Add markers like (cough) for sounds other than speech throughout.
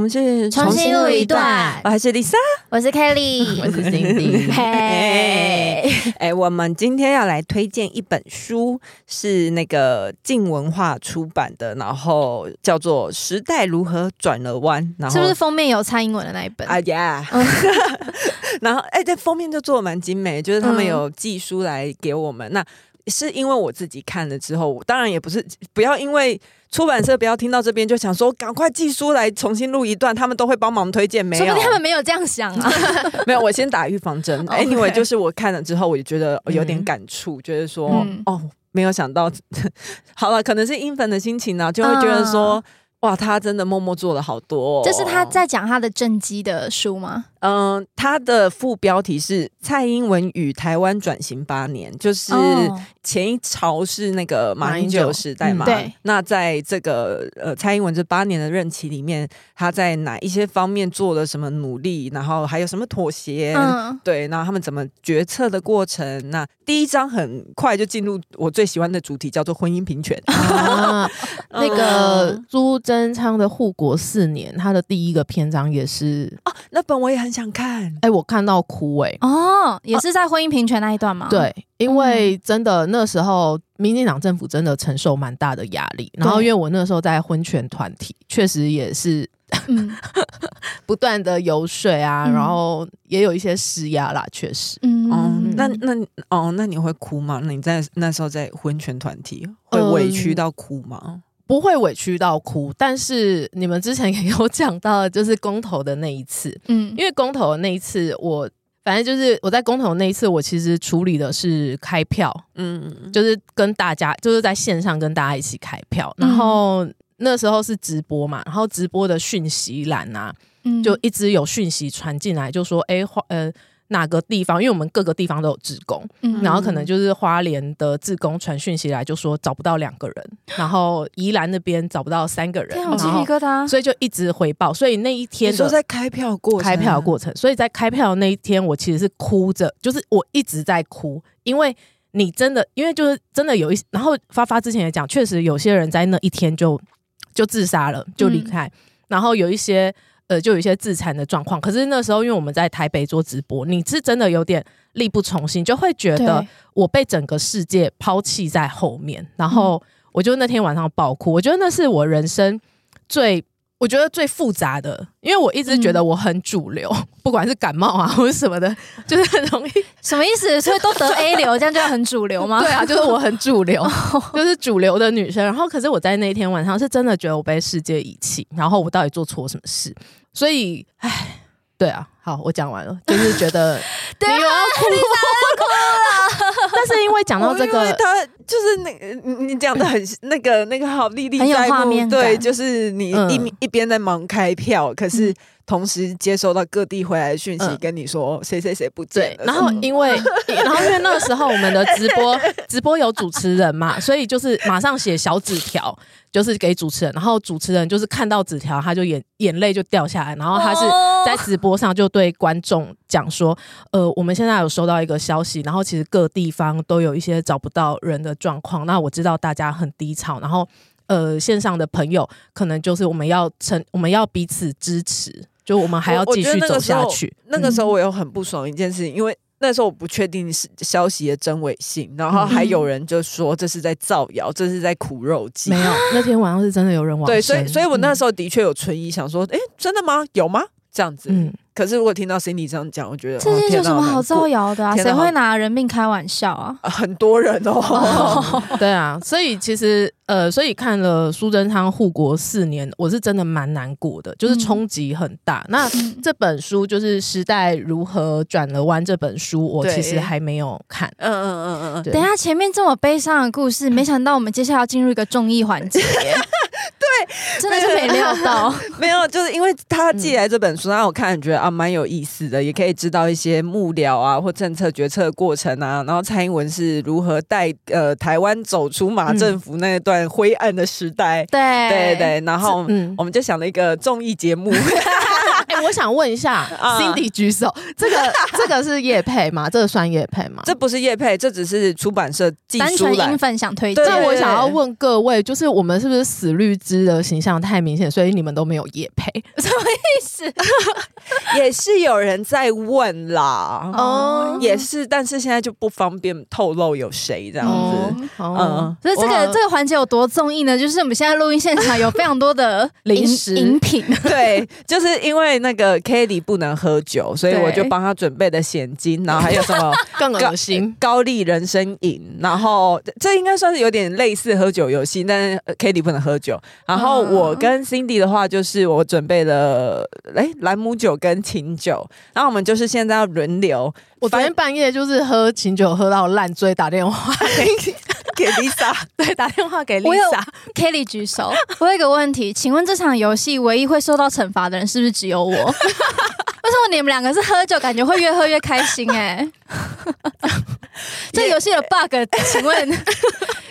们是重新录一段我还是 (laughs) Lisa。我是 Kelly， (laughs) 我是 Cindy (laughs) 嘿，哎，我们今天要来推荐一本书，是那个静文化出版的，然后叫做《时代如何转了弯》，然后是不是哦封面有蔡英文的那一本？哎啊呀 (laughs) 然后哎，这封面就做的蛮精美，就是他们嗯有寄书来给我们。那是因为我自己看了之后，我当然也不是不要因为出版社不要听到这边就想说赶快寄书来重新录一段，他们都会帮忙推荐，没说不有定他们没有这样想 (laughs) 啊。(laughs) 哦没有，我先打预防针。 (laughs) OK anyway，就是我看了之后，我就觉得有点嗯感触，觉得说、嗯哦，没有想到， (laughs) 好了，可能是英粉的心情呢、啊就会觉得说。哇，他真的默默做了好多、哦。啊这是他在讲他的政绩的书吗？嗯，它的副标题是“蔡英文与台湾转型八年”，就是哦前一朝是那个马英九时代嘛。马英九嗯对那在这个呃蔡英文这八年的任期里面，他在哪一些方面做了什么努力，然后还有什么妥协？嗯，对，然后他们怎么决策的过程？那第一章很快就进入我最喜欢的主题，叫做婚姻平权。啊， (laughs) 那个嗯朱贞昌的护国四年，他的第一个篇章也是，哦，那本我也很想看。哎、我看到哭哎、哦，也是在婚姻平权那一段吗？，对，因为真的那时候，民进党政府真的承受蛮大的压力。然后，因为我那时候在婚权团体，确实也是嗯不断的游说啊，嗯然后也有一些施压啦，确实。哦嗯，，那那哦，那你会哭吗？那你在那时候在婚权团体会嗯委屈到哭吗？不会委屈到哭，但是你们之前也有讲到，就是公投的那一次，嗯因为公投的那一次我。反正就是我在公投的那一次，我其实处理的是开票，嗯，就是跟大家就是在线上跟大家一起开票，嗯然后那时候是直播嘛，然后直播的讯息栏啊，嗯就一直有讯息传进来，就说哎、花呃哪个地方，因为我们各个地方都有职工，嗯然后可能就是花莲的志工传讯息来，就说找不到两个人，然后宜兰那边找不到三个人，天啊，我然鸡皮后疙瘩。所以就一直回报，所以那一你天说的在开票过程开票的过程，所以在开票的那一天，我其实是哭着，就是我一直在哭，因为你真的，因为就是真的有一，然后发发之前也讲，确实有些人在那一天就就自杀嗯了，就离开，然后有一些。呃，就有一些自残的状况，可是那时候因为我们在台北做直播，你是真的有点力不从心，就会觉得对我被整个世界抛弃在后面，然后我就那天晚上爆哭，我觉得那是我人生最。我觉得最复杂的，因为我一直觉得我很主流， (laughs) 不管是感冒啊或者什么的， (laughs) 就是很容易。什么意思？所以都得 A 流，这 (laughs) 样就很主流吗？对啊，就是我很主 (laughs) 流，就是主流的女生。然后，可是我在那一天晚上是真的觉得我被世界遗弃，然后我到底做错什么事？所以，唉，对啊，好，我讲完了，就是觉得 (laughs) 对啊 (laughs) 你有要哭，哭了。 (laughs) 但是因为讲到这哦因为个，他就是那个你你讲的很那个那个好历历很有在画面目，感对，就是你嗯一、一边在忙开票，可是嗯同时接收到各地回来的讯息，嗯跟你说谁谁谁不见对了，，然后什么 (laughs) 因为，然后因为那个时候我们的直播直播有主持人嘛，所以就是马上写小纸条，就是给主持人，然后主持人就是看到纸条，他就眼眼泪就掉下来，然后他是哦在直播上就对观众讲说，呃，我们现在有收到一个消息，然后其实各地方都有一些找不到人的状况，那我知道大家很低潮，然后呃，线上的朋友可能就是我们要成，我们要彼此支持。就我们还要我我继觉得续那个走时候下去。嗯那个时候我有很不爽一件事情，因为那时候我不确定是消息的真伪性，然后还有人就说这是在造谣，这是在苦肉计嗯没。有，那天晚上是真的有人往嗯对，所以所以我那候，时候的确有存疑，想说，诶，真的吗？有吗？这样子。嗯，可是如果听到 Cindy 这样讲，我觉得这哦件天有什哪么好造难过谣的啊？天谁哪会拿人命开玩笑啊？啊很多人哦， (laughs) 对啊，所以其实呃，所以看了苏贞昌护国四年，我是真的蛮难过的，就是嗯冲击很大。那嗯这本书就是《时代如何转了弯》这本书，我对其实还没有看。嗯嗯嗯嗯嗯，对等一下，前面这么悲伤的故事，没想到我们接下来要进入一个综艺环节。对，真的是没料到。 (laughs) 没有，就是因为他寄来这本书，然后我看了觉得啊蛮有意思的，也可以知道一些幕僚啊或政策决策的过程啊，然后蔡英文是如何带呃台湾走出马嗯政府那段灰暗的时代，对对对，然后 (laughs) 嗯，我们就想了一个综艺节目， (laughs) 哎、我想问一下啊，Cindy 举手，这 (laughs) 个这个是叶配吗？这个算叶配吗？这不是叶配，这只是出版社寄单出纯来英。粉想推荐对，那我想要问各位，就是我们是不是死绿枝的形象太明显，所以你们都没有叶配？什么意思？也是有人在问啦，哦也是，但是现在就不方便透露有谁这样子。哦嗯，所以这哇个这个环节有多综艺呢？就是我们现在录音现场有非常多的零饮食饮品， (laughs) 对，就是因为那个 Kelly 不能喝酒，所以对我就帮他准备的现金，然后还有什 (laughs) 么更恶心。高丽人参饮，然后这应该算是有点类似喝酒游戏，但是呃 Kelly 不能喝酒。然后嗯我跟 Cindy 的话，就是我准备了哎兰姆酒跟琴酒，然后我们就是现在要轮流，我昨天半夜就是喝琴酒喝到烂醉，打电话给 Lisa 对打电话给我有 Lisa， Kelly 举手， (laughs) 我有一个问题，请问这场游戏唯一会受到惩罚的人是不是只有我？为什 (laughs) 么你们两个是喝酒，感觉会越喝越开心、哎， (laughs) 这游戏的 bug，请 (laughs) 问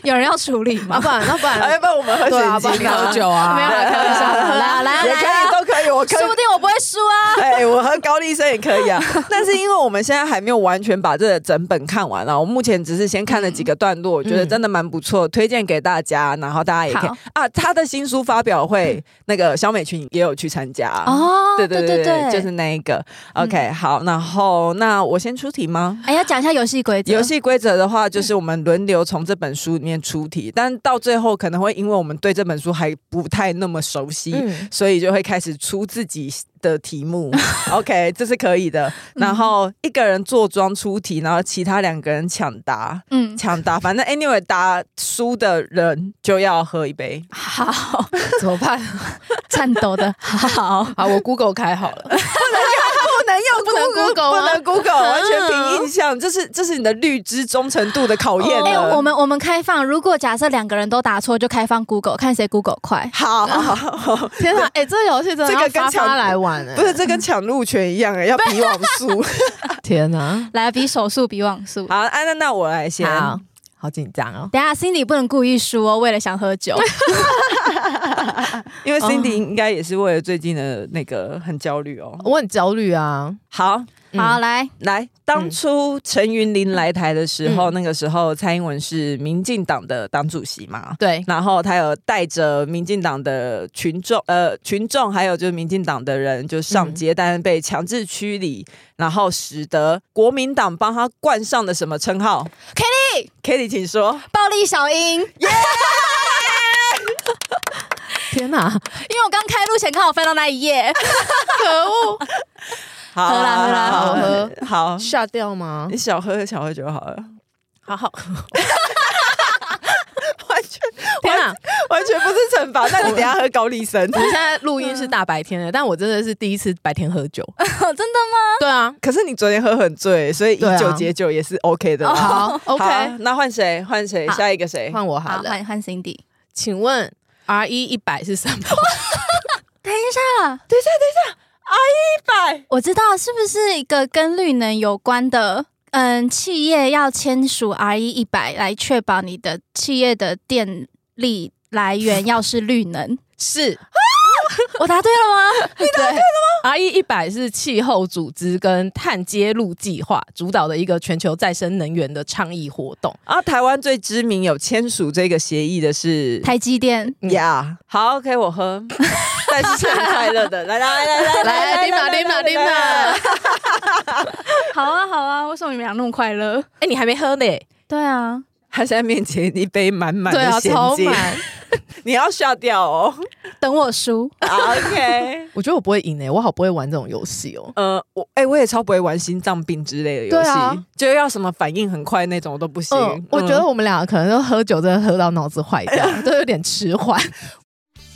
有人要处理啊吗？不然那不哎，要然不然我们喝对啊，不水晶然啊喝，酒啊，没有啦，开玩笑的，好啦，来啊也来可啊以，都可以，我可说不以。定我不会输啊！ (laughs) 哎，我喝高丽参也可以啊，但是因为我们现在还没有完全把这个整本看完啊了，我目前只是先看了几个段落，我觉得真的蛮不错，推荐给大家，然后大家也可以好啊。他的新书发表会，那个小美群也有去参加，哦，对对对嗯对，就是那一个。OK，好，然后那我先出题吗？哎，要讲一下游戏规则。游戏规则的话，就是我们轮流从这本书里面出题，但到最后可能会因为我们对这本书还不太那么熟悉，嗯所以就会开始出自己的题 (laughs) 目。OK，这是可以的。然后一个人坐庄出题，然后其他两个人抢答，嗯，抢答，反正 anyway 答输的人就要喝一杯。 (laughs) 好，怎么办？颤抖的，好，好，我 Google 开好了。不能用不能 Google 不吗能 (laughs) Google，完全凭印象，这是这是你的绿知忠诚度的考验哎、了。我们我们开放，如果假设两个人都答错，就开放 Google，看谁 Google 快。好好好好。 (laughs) (laughs) 天哪，哎，这游戏真的这个要跟发抢发来玩哎不！是，这跟抢路权一样、 (laughs) 欸，要比网速。哎天啊哪，来，啊比手速，比网速。好，安、啊、那那我来先。好啊好紧张哦。等一下 Cindy 不能故意输哦，为了想喝酒。哦因为 Cindy 应该也是为了最近的那个很焦虑哦。我很焦虑啊。好，嗯好，来，来，嗯当初陈云林来台的时候，那个时候蔡英文是民进党的党主席嘛。对，然后他有带着民进党的群众，呃，群众还有就是民进党的人就上嗯街，但是被强制驱离，然后使得国民党帮他冠上了什么称号 Kelly ？Kitty，请说。暴力小樱，因为天啊哪，我刚开录前刚好翻到那一页， (laughs) 可恶。好，喝啦喝啦好好喝，好，下掉吗你？小喝小喝就好了，好好，完全天啊哪！完全不是惩罚。那你等一下喝高丽 (laughs) 参我。们现在录音是大白天的，但我真的是第一次白天喝酒。真的吗？对啊，可是你昨天喝很醉，所以对以啊酒解酒也是 OK 的啦。好好，OK，那换谁？换谁？好下一个谁？换我好，好了。换换 Cindy。请问 R E 一一百是什 (laughs) 么？等一下，拜我知道是不是一个跟绿能有关的？嗯，企业要签署 R E 一百来确保你的企业的电力来源要是绿 (laughs) 能。是我答对了吗？对，R E 一一百是气候组织跟碳接入计划主导的一个全球再生能源的倡议活动。啊，台湾最知名有签署这个协议的是台积电。呀。好，OK，我 (laughs) 喝，但是是很快乐的。来来来来 (laughs) 来，Lima Lima Lima，好啊，好啊，为什么你们俩那么快乐？哎，你还没喝呢？对啊，他现在面前一杯满满对的啊，现超金，满。你要下掉哦。 (laughs) 等我输。好 OK。我觉得我不会赢诶，我好不会玩这种游戏哦。呃，我哎、我也超不会玩心脏病之类的游戏，对啊就要什么反应很快那种我都不行。嗯，我觉得我们俩可能都喝酒，真的喝到脑子坏 (laughs) 掉，都有点迟缓。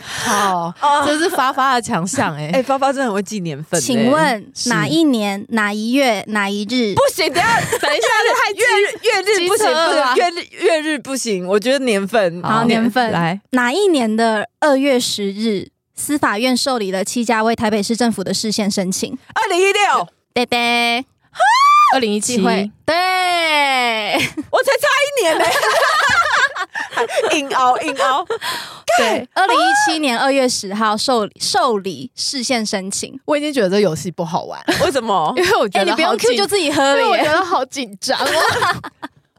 好，哦这是发发的强项哎、哎、发发真的很会记年份、请哎问哪一年哪一月哪一日不？行，等一下等一下，太月日月日不行，机车不了行，吧月日月日不行，我觉得年份好年份来，哪一年的二月十日、司法院受理了七家为台北市政府的事宪申请。二零一六，对对，二零一机七，会对我才差一年呢、 (laughs) 硬熬硬熬，对， (laughs) 二零一七年二月十号受理受理事宪申请。我已经觉得这游戏不好 (laughs) 玩，为什么？因为我哎、觉得你不用好 Q 紧就自己喝因为了我觉耶。得好紧 (laughs) 张哦。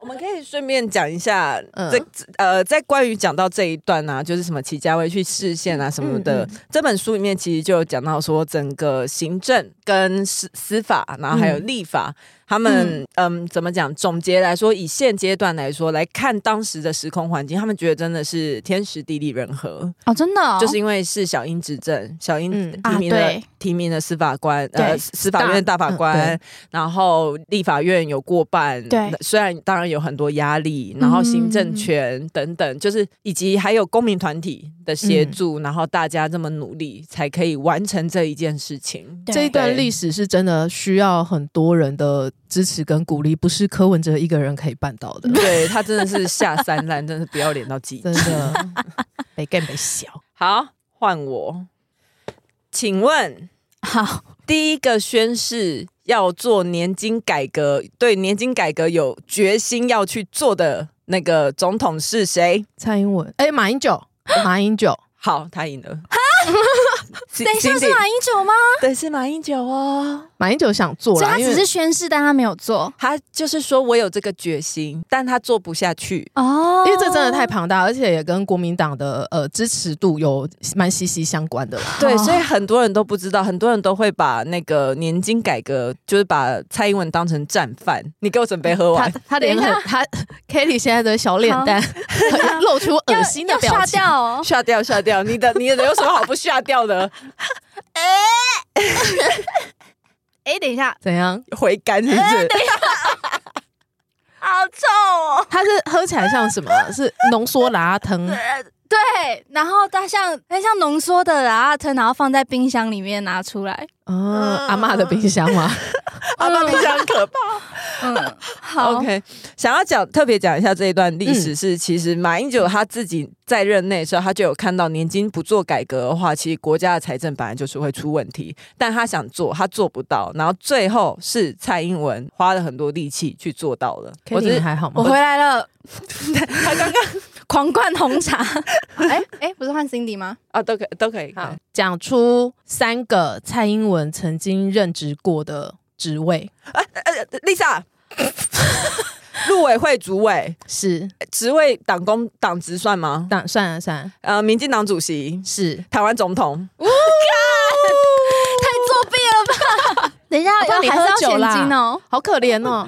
我们可以顺便讲一下，嗯这呃，在关于讲到这一段啊，就是什么齐家威去视线啊什么的，这本书里面其实就有讲到说，整个行政跟司司法，然后还有立法，他们嗯怎么讲？总结来说，以现阶段来说，来看当时的时空环境，他们觉得真的是天时地利人和，哦，真的、哦，就是因为是小英执政，小英嗯提名了、啊对提名了司法官，呃，对司司法院大法官，嗯然后立法院有过半，对虽然当然有很多压力，然后行政嗯权等等，就是以及还有公民团体的协助，然后大家这么努力才可以完成这一件事情。这一段对。历史是真的需要很多人的支持跟鼓励，不是柯文哲一个人可以办到的嗯对他真的是下三滥，真的是不要脸到极致真。 (laughs) 的，北干北小，好，换我，请问好，第一个宣誓要做年金改革，对年金改革有决心要去做的那个总统是谁？蔡英文，哎，马英九，马英九，好，他赢了。 (laughs) 等等一下是马英九吗？对，是马英九哦。马英九想做所以啦，他因只为是宣誓，但他没有做。他就是说我有这个决心，但他做不下去。哦，因为这真的太庞大，而且也跟国民党的呃支持度有蛮息息相关的啦。对，哦所以很多人都不知道，很多人都会把那个年金改革，就是把蔡英文当成战犯。你给我准备喝他完，他脸等很一下他 Kelly 现在的小脸 (laughs) 蛋露出恶心的要表刷情，掉 (laughs) 哦。吓掉吓掉，你的你的有什么好不吓掉的？哎、等一下，怎样？回甘是不哎是？好臭哦。它是喝起来像 (laughs) 什么啊？是浓缩拉藤，对，然后它像它像浓缩的拉特，然后放在冰箱里面拿出来。嗯，阿嬷的冰箱吗？阿爸冰箱可怕。 (laughs) 嗯，好 OK，想要讲特别讲一下这一段历史嗯是，其实马英九他自己在任内的时候，他就有看到年金不做改革的话，其实国家的财政本来就是会出问题，但他想做，他做不到，然后最后是蔡英文花了很多力气去做到了。我 Kelly 只你是还好吗？我回来 (laughs) 了，他刚刚 (laughs) 狂灌红茶。 (laughs) 哎哎、不是换 Cindy 吗？啊，都可以都可以。好，讲出三个蔡英文曾经任职过的职位呃，Lisa，陆委会主委是，职位，党工党职算吗？当算了算了，呃，民进党主席，是台湾总统。太作弊了吧！哦 (laughs) 等一下，不然你还是要喝酒现啦金哦。好可怜哦。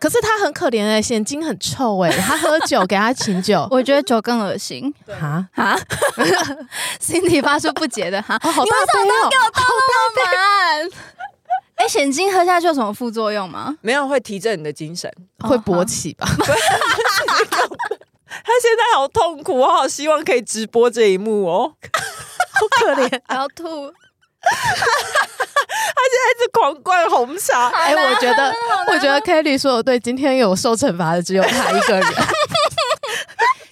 可是他很可怜哎、现金很臭哎、他喝酒给他请酒我觉得酒更恶心啊，哈 (laughs) ，Cindy 发出不解的哈，哦，好大杯哦，干嘛？ (laughs) 哎，现金喝下去有什么副作 (laughs) 用吗？没有会提振你的精神，大杯哦会勃起吧？他现在好痛苦，我好希望可以直播这一幕哦。然后吐，一直狂灌红茶， (laughs) 好哎、难我觉得，我觉得 Kelly 说的对，今天有受惩罚的只有他一个人。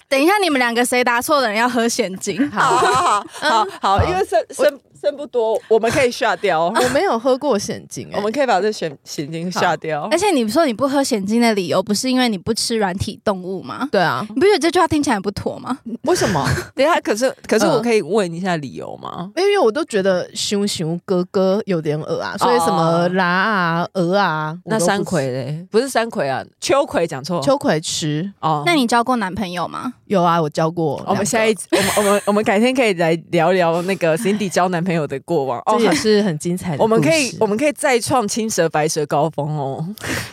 等一下你们两个谁答错的人要喝现金。好好，好嗯好好好，因为剩剩剩不多，我们可以下掉， (laughs) 我没有喝过现金、哎我们可以把这选险金下掉而。且你说你不喝现金的理由，不是因为你不吃软体动物吗？对啊，嗯你不觉得这句话听起来很不妥吗？为什么？等一下，可是可是嗯我可以问一下理由吗？因为我都觉得熊熊哥哥有点恶啊，所以什么拉啊、鹅啊，我那都不山葵嘞？不是山葵啊，秋葵讲错吃、秋葵吃哦那你交过男朋 (laughs) 友吗？有啊，我教过两个。我们下一集，我们我们我们改天可以来聊聊那个 Cindy 交男朋友的过往哦这。也是很精彩的我故事。们可以我们可以再创青蛇白蛇高峰哦。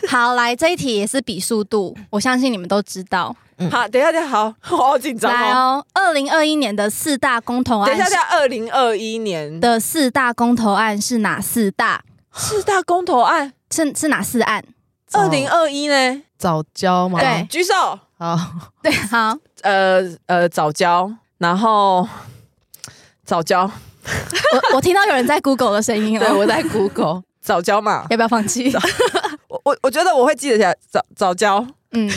好，来这一题也是比速度，我相信你们都知道。 (laughs) 好，等一下，等一下，好，我好紧张来哦。哦，二零二一年的四大公投案等一下，是在二零二一年的四大公投案是哪四大？四大公投案，是是哪四案？早二零二一呢？早教嘛。对举手。好，对，好，呃呃，早教，然后早教，我我听到有人在 Google 的声音对，了，我在 Google。早教嘛。要不要放 (laughs) 弃？我我我觉得我会记得起来，早早教。嗯，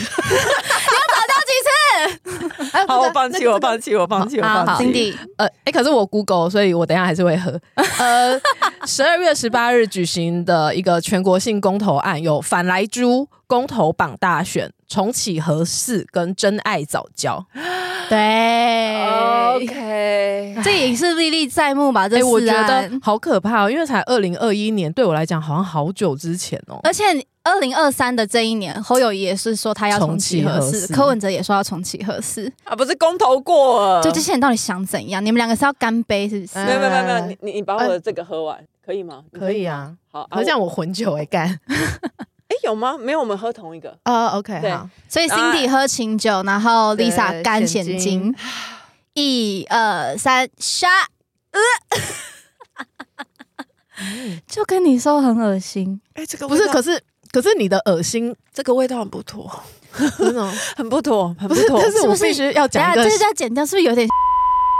哎好，不我是放弃，我放弃，我放 (laughs) 弃，我好放好弃。 ，Cindy，呃，哎、可是我 Google，所以我等一下还是会喝。呃，十二月十八日举行的一个全国性公投案，有反莱猪、公投榜大选、重启核四跟真爱早教。对 OK，这也是历历在目吧？这哎、我四觉案得好可怕、哦，因为才二零二一年，对我来讲好像好久之前哦。而且二零二三的这一年，侯友宜也是说他要重启核重启四核，四柯文哲也说要重启核四。啊，不是公投过了，就这些人到底想怎样？你们两个是要干杯是不是？嗯没有没有没有没有，你你你把我的这个喝完可以吗？呃可以啊，好，啊好像我混酒哎、干哎有吗？没有，我们喝同一个。啊、o k 对好，所以 Cindy 喝清酒，然后 Lisa 对干现现金金，一二三，杀！嗯呃就跟你说很恶心，哎，这个不是，可是可是你的恶心这个味道很不妥，那种，很不妥，很不是，但是是不我是必须要等讲下一个这，是要剪掉，是不是有点？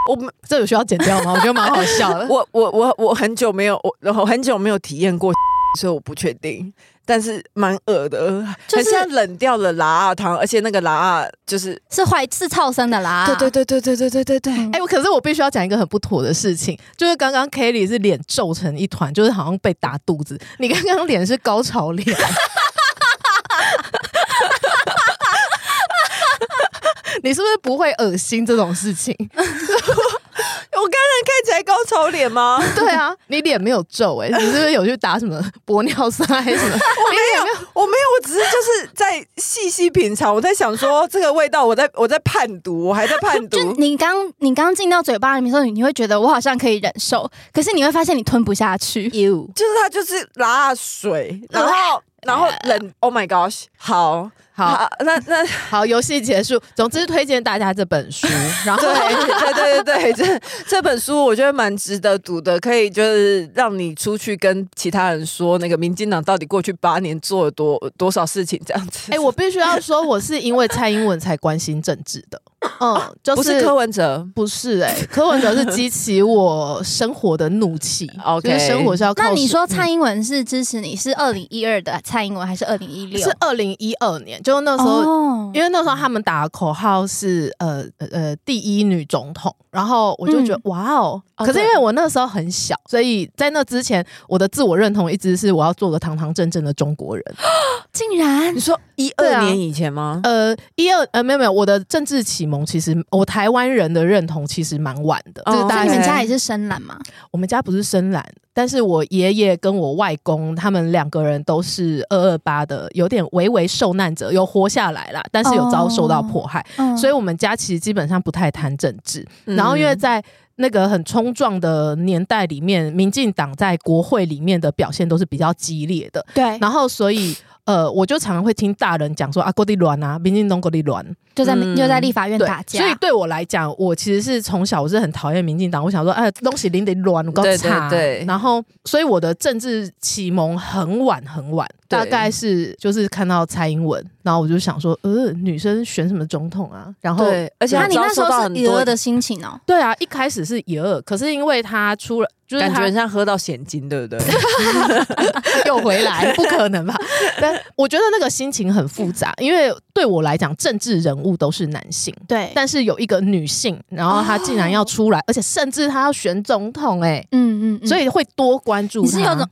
我们这有需要剪掉吗？我觉得蛮好笑的。我我我我很久没有我我很久没有体验过，所以我不确定，但是蛮恶的，就很是像冷掉了辣辣汤，而且那个辣辣就是，啊是坏是超生的啦。对对对对对对对对对，嗯哎、我可是我必须要讲一个很不妥的事情，就是刚刚 Kelly 是脸皱成一团，就是好像被打肚子。你刚刚脸是高潮脸， (laughs) 你是不是不会恶心这种事情？我刚才看起来高潮脸 (laughs) 吗？对啊，你脸没有皱哎、你是不是有去打什么玻尿酸还是什么？没有，我没有，我只是就是在细细品尝，我在想说这个味道，我在我在判读，我还在判就读。你刚你刚进到嘴巴里面的时候，你会觉得我好像可以忍受，可是你会发现你吞不下去。有就是它就是拉水，然后然后冷，Oh my gosh，好好，那那好，游戏结束。总之推荐大家这本书，然后 (laughs) 对对对对，这这本书我觉得蛮值得读的，可以就是让你出去跟其他人说那个民进党到底过去八年做了多多少事情这样子。 (laughs) 哎、我必须要说，我是因为蔡英文才关心政治的。嗯，就不是柯文哲，不是哎、柯文哲是激起我生活的怒气 OK 就是生活是要靠。嗯那你说蔡英文是支持你是二零一二的蔡英文还是二零一嗯六？是二零一二年，就是那时候。哦因为那时候他们打的口号是呃呃呃第一女总统，然后我就觉嗯得、哇哦！可是因为我那时候很小，所以在那之前我的自我认同一直是我要做个堂堂正正的中国人。哦竟然你说一对二啊年以前吗？呃，一二呃没有没有，我的政治启蒙其实我台湾人的认同其实蛮晚的，哦就是所大以概你们概家也是深蓝嘛？我们家不是深蓝，但是我爷爷跟我外公他们两个人都是二二八的，有点微微受难者，有活下来啦，但是有遭受到迫害，嗯所以我们家其实基本上不太谈政治。嗯然后因为在那个很冲撞的年代里面，民进党在国会里面的表现都是比较激烈的，对，然后所以。呃，我就常常会听大人讲说啊，国地乱啊，民进党国地乱，就在嗯就在立法院对打，架，所以对我来讲，我其实是从小我是很讨厌民进党，我想说，哎，东西拎得乱，我对搞对差。对然后，所以我的政治启蒙很晚很晚，对大概是就是看到蔡英文，然后我就想说，呃，女生选什么总统啊？然后。对，而且那还你遭那时受到候是很娱多乐的心情哦，对啊，一开始是也二，可是因为他出了，就是感觉，他很像喝到险金，对不 (laughs) 对？又回来， (laughs) 不可能吧？但我觉得那个心情很复杂，因为对我来讲，政治人物都是男性，对但是有一个女性，然后她竟然要出来，而且甚至她要选总统、哎、哦嗯嗯嗯，所以会多关注你是有她种，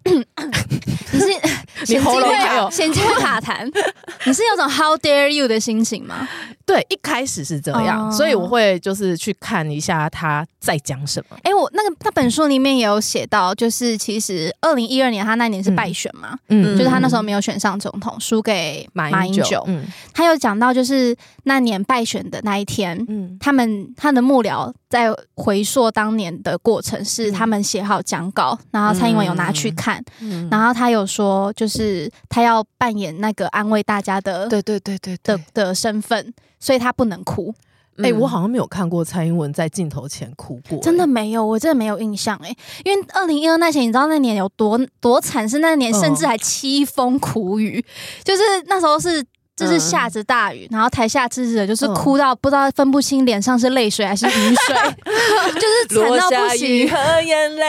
你是 (laughs) 你喉咙啊还有衔接卡痰， (laughs) 你是有种 How dare you 的心情吗？对，一开始是这样，哦所以我会就是去看一下她在讲什么。哎、我那个那本书里面也有写到，就是其实二零一二年他那年是败选嘛，嗯就是他那时候没有选上总统，输给马马英英九九，。嗯他有讲到，就是那年败选的那一天。嗯他们他的幕僚在回溯当年的过程，是嗯他们写好讲稿，然后蔡英文有拿去看，嗯然后他有说，就是他要扮演那个安慰大家的对对对对的的身份，所以他不能哭。 (laughs) 哎、我好像没有看过蔡英文在镜头前哭过、哎真的没有，我真的没有印象哎、因为二零一二那年，你知道那年有多多惨，是那年嗯甚至还凄风苦雨，就是那时候是就是下着大雨，然后台下支持者就是嗯哭到不知道分不清脸上是泪水还是雨 (laughs) 水，就是惨落到下不雨行，和眼泪，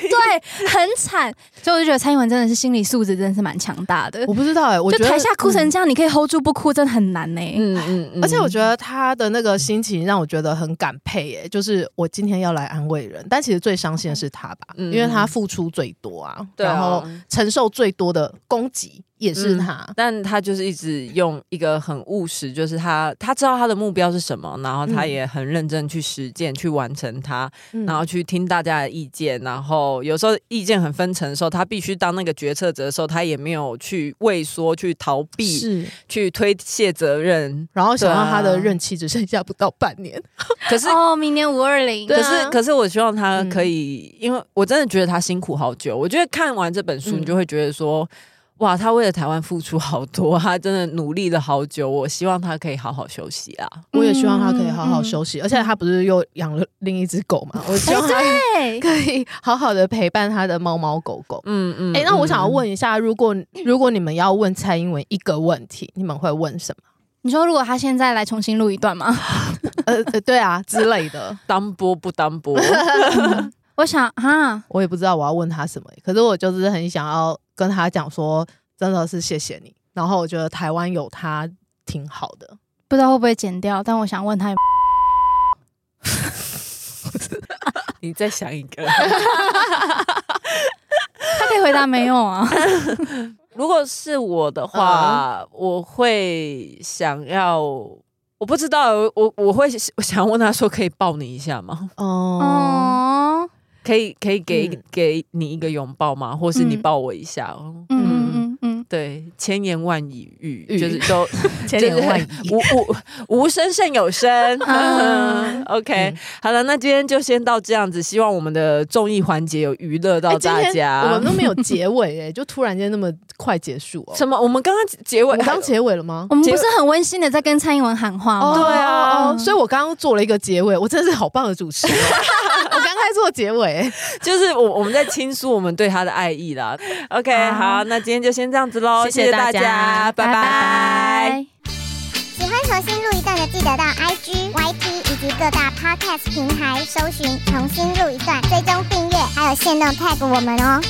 对，很惨。所以我就觉得蔡英文真的是心理素质真的是蛮强大的。我不知道哎、我就觉得台下哭成这样，你可以 hold 住不哭，真的很难欸呢、嗯嗯嗯而且我觉得他的那个心情让我觉得很感佩耶，就是我今天要来安慰人，但其实最伤心的是他吧，嗯因为他付出最多啊，对啊嗯然后承受最多的攻击也是他。但他就是一直用一个很务实，就是他他知道他的目标是什么，然后他嗯也很认真去实践、去完成它，嗯然后去听大家的意见，然后有时候意见很分层的时候，他必须当那个决策者的时候，他也没有去畏缩、去逃避、是，去推卸责任。然后想到他对的啊任期只剩下不到半年，可是哦，明年五二零，对可啊是，可是我希望他嗯可以，因为我真的觉得他辛苦好久。我觉得看完这本书，嗯你就会觉得说，哇，他为了台湾付出好多，他真的努力了好久。我希望他可以好好休息啊。我也希望他可以好好嗯休息，而且他不是又养了另一只狗嘛，我希望他哎对， (laughs) 可以好好的陪伴他的猫猫狗狗。嗯嗯。哎、那我想要嗯，问一下，如果如果你们要问蔡英文一个问题，你们会问什么？你说如果他现在来重新录一段吗？ (laughs) 呃，呃对啊之类的。当播不当 (laughs) 播？我想哈，我也不知道我要问他什么，可是我就是很想要跟他讲说，真的是谢谢你。然后我觉得台湾有他挺好的，不知道会不会剪掉，但我想问他，你再想一个。他可以回答没有啊？如果是我的话，嗯我会想要，我不知道，我我会我想问他说，可以抱你一下吗？哦、哦，可以可以给、嗯给你一个拥抱吗？或是你嗯抱我一下哦？嗯嗯嗯对，千言万语，语 (laughs) 就是都千言 (laughs) 万语就是 (laughs) 无无无声胜有声。啊 OK，、嗯好了，那今天就先到这样子，希望我们的综艺环节有娱乐哎到今大天家。我们都没有结尾哎、就突然间那么快结束哦、什么？我们刚刚结我尾们刚结尾了吗我？们不是很温馨的在跟蔡英文喊话吗？哦对啊所以我刚刚做了一个结尾，我真的是好棒的主持人哦、 (laughs) 我刚才做结尾、欸就是我我们在倾诉我们对他的爱意啦。OK， (laughs) 好好，那今天就先这样子喽，谢谢谢大大家拜拜。喜欢重新录一段的，记得到 IG、YT 以及各大 Podcast 平台搜寻“重新录一段”，追踪订阅，还有限定 tag 我们哦。